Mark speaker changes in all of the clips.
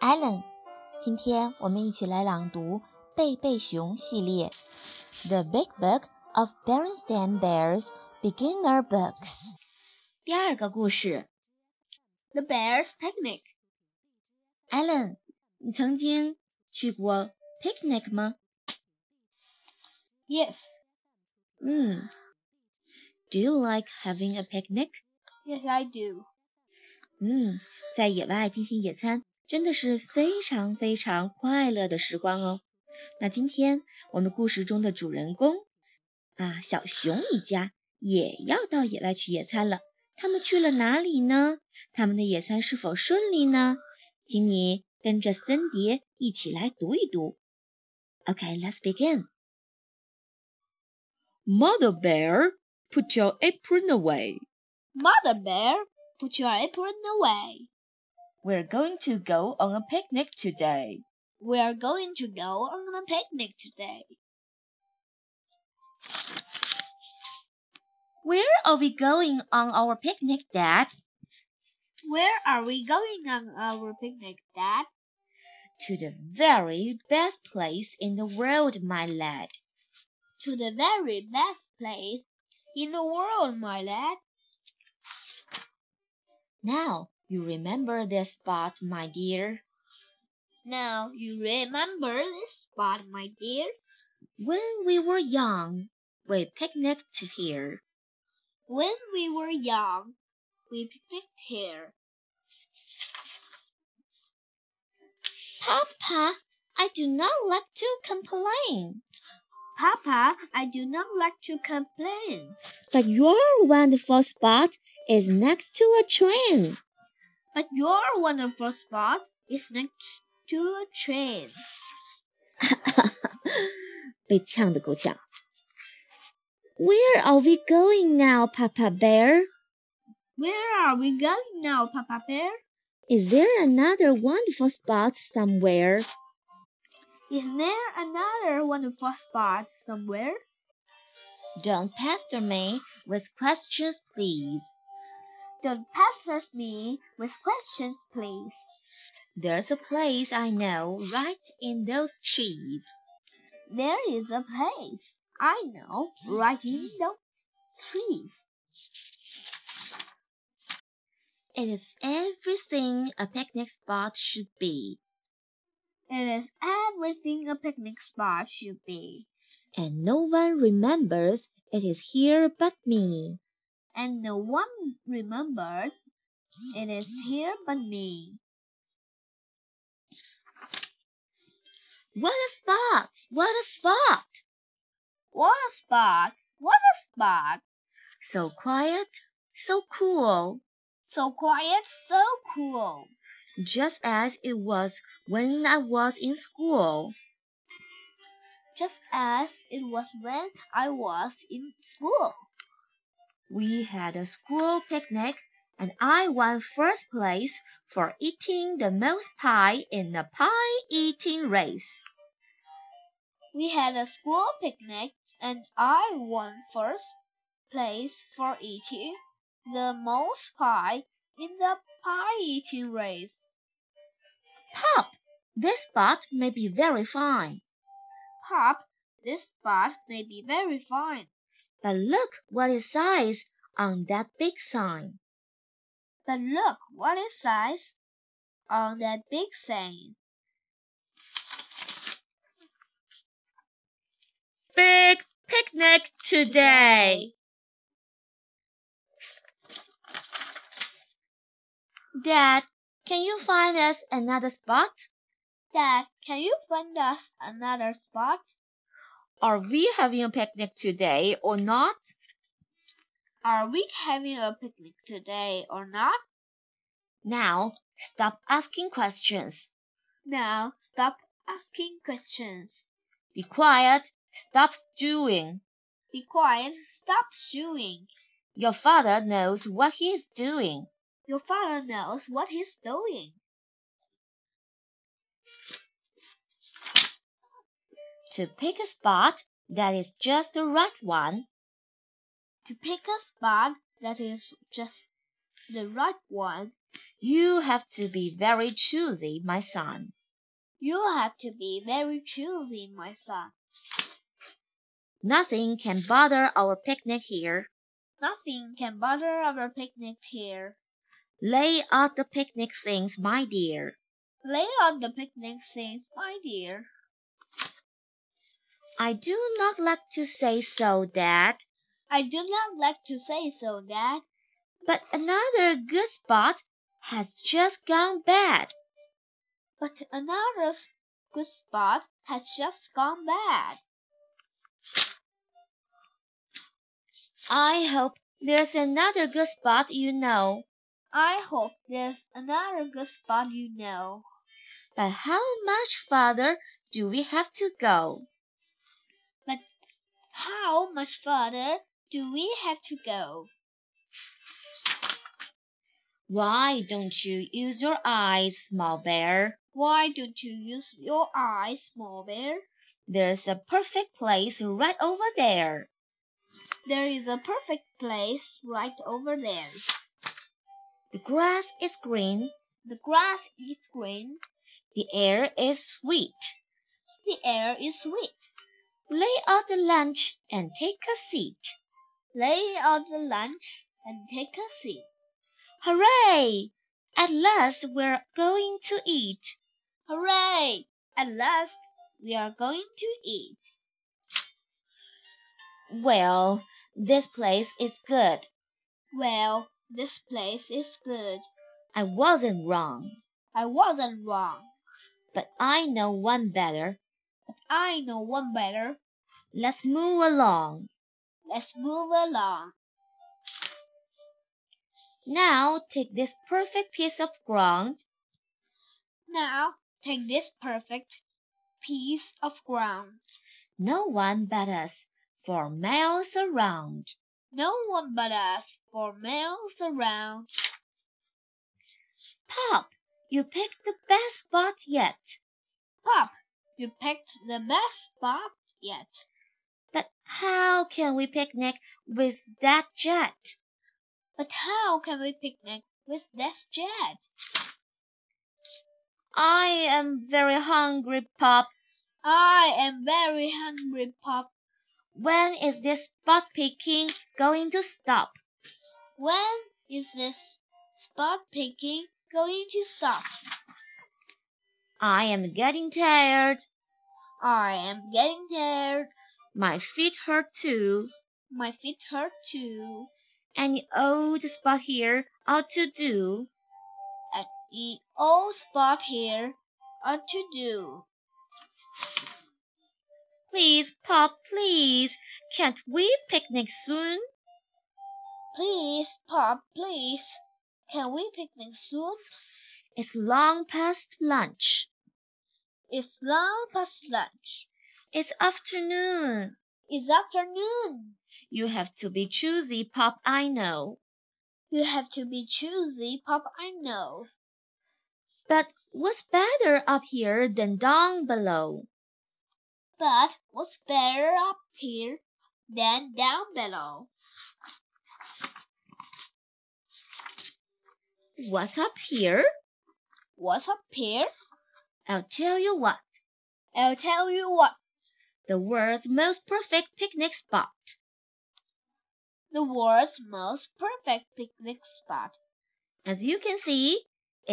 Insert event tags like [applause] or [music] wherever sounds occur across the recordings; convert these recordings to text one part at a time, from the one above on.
Speaker 1: Allen。今天我们一起来朗读《贝贝熊》系列《The Big Book of Berenstain Bears Beginner Books》第二个故事。
Speaker 2: The Bears Picnic。
Speaker 1: Allen，你曾经去过 picnic 吗？
Speaker 2: Yes.
Speaker 1: 嗯。Do you like having a picnic？
Speaker 2: Yes, I do.
Speaker 1: 嗯，在野外进行野餐真的是非常非常快乐的时光哦。那今天我们故事中的主人公啊，小熊一家也要到野外去野餐了。他们去了哪里呢？他们的野餐是否顺利呢？请你跟着森碟一起来读一读。OK，let's、begin.
Speaker 3: Mother Bear, put your apron away.
Speaker 2: Mother Bear, put your apron away.
Speaker 3: We're going to go on a picnic today.
Speaker 2: We are going to go on a picnic today.
Speaker 1: Where are we going on our picnic, Dad?
Speaker 2: Where are we going on our picnic, Dad?
Speaker 1: To the very best place in the world, my lad.
Speaker 2: To the very best place in the world, my lad.
Speaker 1: Now you remember this spot, my dear.
Speaker 2: Now you remember this spot, my dear.
Speaker 1: When we were young, we picnicked here.
Speaker 2: When we were young, we picnicked here.
Speaker 1: Papa, I do not like to complain,
Speaker 2: Papa, I do not like to complain,
Speaker 1: but your wonderful spot is next to a train.
Speaker 2: but your wonderful spot is next to a train.
Speaker 1: [laughs] 被呛得够呛。Where are we going now, Papa Bear?
Speaker 2: Where are we going now, Papa Bear?
Speaker 1: Is there another wonderful spot somewhere?
Speaker 2: Is there another wonderful spot somewhere?
Speaker 1: Don't pester me with questions, please.
Speaker 2: Don't pass me with questions, please.
Speaker 1: There's a place I know right in those trees.
Speaker 2: There is a place I know right in the trees.
Speaker 1: It is everything a picnic spot should be,
Speaker 2: It is everything a picnic spot should be,
Speaker 1: and no one remembers it is here but me.
Speaker 2: and no one remembers it is here but me.
Speaker 1: What a spot! What a spot!
Speaker 2: What a spot! What a spot!
Speaker 1: So quiet, so cool,
Speaker 2: So quiet, so cool.
Speaker 1: just as it was when I was in school.
Speaker 2: Just as it was when I was in school.
Speaker 1: We had a school picnic, and I won first place for eating the most pie in the pie eating race.
Speaker 2: We had a school picnic and I won first place for eating the most pie in the pie eating race.
Speaker 1: Pop! This spot may be very fine,
Speaker 2: Pop, this spot may be very fine,
Speaker 1: but look what it says on that big sign.
Speaker 2: but look what it says on that big sign.
Speaker 1: Big picnic today! Dad, can you find us another spot?
Speaker 2: Dad, can you find us another spot?
Speaker 1: Are we having a picnic today or not?
Speaker 2: Are we having a picnic today or not?
Speaker 1: Now, stop asking questions.
Speaker 2: Now, stop asking questions.
Speaker 1: Be quiet. Stop doing.
Speaker 2: Be quiet, stop shooing.
Speaker 1: Your father knows what he is doing.
Speaker 2: Your father knows what he's doing.
Speaker 1: To pick a spot that is just the right one,
Speaker 2: To pick a spot that is just the right one,
Speaker 4: You have to be very choosy, my son.
Speaker 1: You have to be very choosy, my son.
Speaker 4: Nothing can bother our picnic here.
Speaker 1: Nothing can bother our picnic here.
Speaker 4: Lay out the picnic things, my dear.
Speaker 1: Lay out the picnic things, my dear.
Speaker 4: I do not like to say so, Dad,
Speaker 1: I do not like to say so, Dad,
Speaker 4: but another good spot has just gone bad.
Speaker 1: but another s- good spot has just gone bad.
Speaker 4: I hope there's another good spot you know.
Speaker 1: I hope there's another good spot you know.
Speaker 4: But how much farther do we have to go?
Speaker 1: But how much further do we have to go?
Speaker 4: Why don't you use your eyes, small bear?
Speaker 1: Why don't you use your eyes, small bear?
Speaker 4: There's a perfect place right over there.
Speaker 1: There is a perfect place right over there.
Speaker 4: The grass is green,
Speaker 1: The grass is green,
Speaker 4: the air is sweet.
Speaker 1: the air is sweet.
Speaker 4: Lay out the lunch and take a seat.
Speaker 1: Lay out the lunch and take a seat.
Speaker 4: Hooray! At last we're going to eat.
Speaker 1: Hooray! At last, we are going to eat.
Speaker 4: Well, this place is good.
Speaker 1: Well, this place is good.
Speaker 4: I wasn't wrong,
Speaker 1: I wasn't wrong.
Speaker 4: but I know one better.
Speaker 1: I know one better.
Speaker 4: Let's move along.
Speaker 1: Let's move along.
Speaker 4: Now take this perfect piece of ground
Speaker 1: Now, take this perfect piece of ground.
Speaker 4: no one but us for miles around.
Speaker 1: No one but us for miles around.
Speaker 4: Pop, you picked the best spot yet.
Speaker 1: Pop, you picked the best spot yet.
Speaker 4: But how can we picnic with that jet?
Speaker 1: But how can we picnic with this jet?
Speaker 4: I am very hungry, Pop.
Speaker 1: I am very hungry, Pop.
Speaker 4: When is this spot picking going to stop?
Speaker 1: When is this spot picking going to stop?
Speaker 4: I am getting tired.
Speaker 1: I am getting tired.
Speaker 4: My feet hurt too.
Speaker 1: My feet hurt too.
Speaker 4: Any old spot here ought to do.
Speaker 1: At the old spot here, what to do?
Speaker 4: Please, Pop, please. Can't we picnic soon?
Speaker 1: Please, Pop, please. Can we picnic soon?
Speaker 4: It's long past lunch.
Speaker 1: It's long past lunch.
Speaker 4: It's afternoon.
Speaker 1: It's afternoon.
Speaker 4: You have to be choosy, Pop, I know.
Speaker 1: You have to be choosy, Pop, I know.
Speaker 4: But what's better up here than down below?
Speaker 1: But what's better up here than down below?
Speaker 4: What's up here?
Speaker 1: What's up here?
Speaker 4: I'll tell you what.
Speaker 1: I'll tell you what.
Speaker 4: The world's most perfect picnic spot.
Speaker 1: the world's most perfect picnic spot.
Speaker 4: As you can see,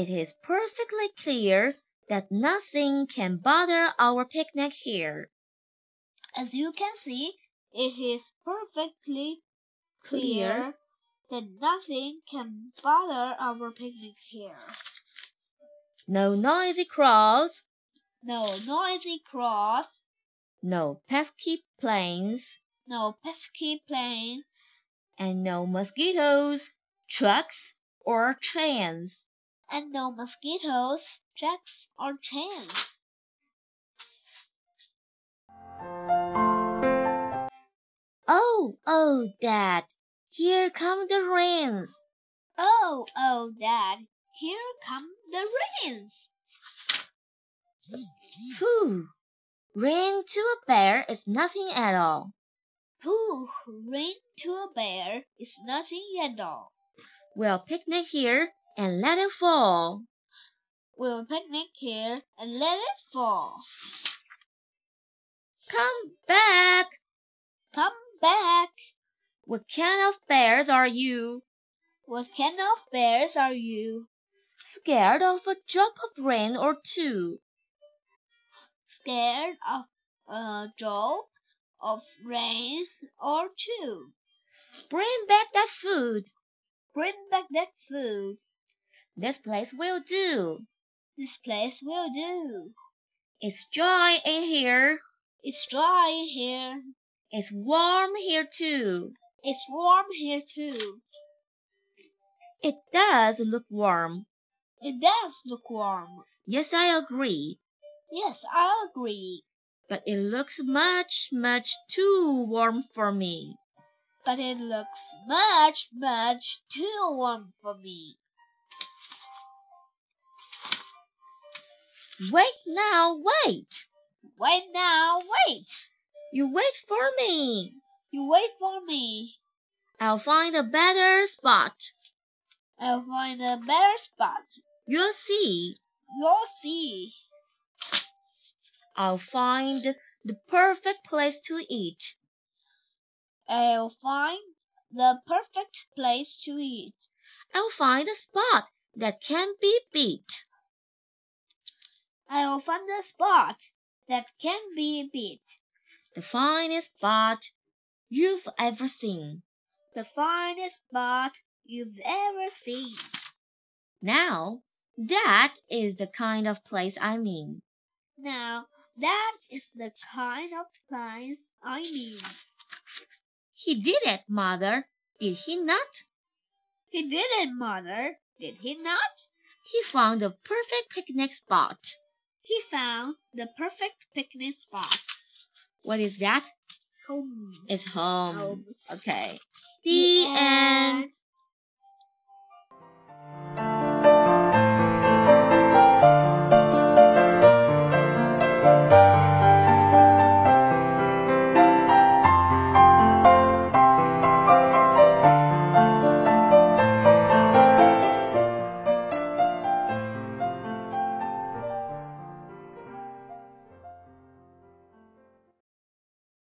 Speaker 4: it is perfectly clear that nothing can bother our picnic here.
Speaker 1: As you can see, it is perfectly
Speaker 4: Clear.
Speaker 1: clear that nothing can bother our picnic here.
Speaker 4: No noisy crowds,
Speaker 1: No noisy cross,
Speaker 4: no pesky planes,
Speaker 1: no pesky planes,
Speaker 4: and no mosquitoes, trucks, or trains.
Speaker 1: and no mosquitoes, jacks, or chains.
Speaker 4: Oh, oh, Dad, here come the rains.
Speaker 1: Oh, oh, Dad, here come the rains.
Speaker 4: Phew! Rain to a bear is nothing at all.
Speaker 1: Pooh, rain to a bear is nothing at all.
Speaker 4: We'll picnic here and let it fall.
Speaker 1: We'll picnic here and let it fall.
Speaker 4: Come back!
Speaker 1: Come back.
Speaker 4: What kind of bears are you?
Speaker 1: What kind of bears are you?
Speaker 4: Scared of a drop of rain or two?
Speaker 1: Scared of a drop of rain or two?
Speaker 4: Bring back that food.
Speaker 1: Bring back that food.
Speaker 4: This place will do.
Speaker 1: This place will do.
Speaker 4: It's dry in here.
Speaker 1: It's dry in here.
Speaker 4: It's warm here too.
Speaker 1: It's warm here too.
Speaker 4: It does look warm.
Speaker 1: It does look warm.
Speaker 4: Yes, I agree.
Speaker 1: Yes, I agree.
Speaker 4: But it looks much, much too warm for me.
Speaker 1: But it looks much, much too warm for me.
Speaker 4: Wait now, wait.
Speaker 1: Wait now, wait.
Speaker 4: You wait for me.
Speaker 1: You wait for me.
Speaker 4: I'll find a better spot.
Speaker 1: I'll find a better spot.
Speaker 4: You'll see.
Speaker 1: You'll see.
Speaker 4: I'll find the perfect place to eat.
Speaker 1: I'll find the perfect place to eat.
Speaker 4: I'll find a spot that can be beat.
Speaker 1: I'll find a spot that can be beat.
Speaker 4: The finest spot you've ever seen.
Speaker 1: The finest spot you've ever seen.
Speaker 4: Now, that is the kind of place I mean.
Speaker 1: Now, that is the kind of place I mean.
Speaker 4: He did it, mother. Did he not?
Speaker 1: He did it, mother, did he not?
Speaker 4: He found the perfect picnic spot.
Speaker 1: He found the perfect picnic spot.
Speaker 4: What is that?
Speaker 1: Home.
Speaker 4: It's home.
Speaker 1: Home.
Speaker 4: Okay.
Speaker 1: The
Speaker 4: The end.
Speaker 1: end.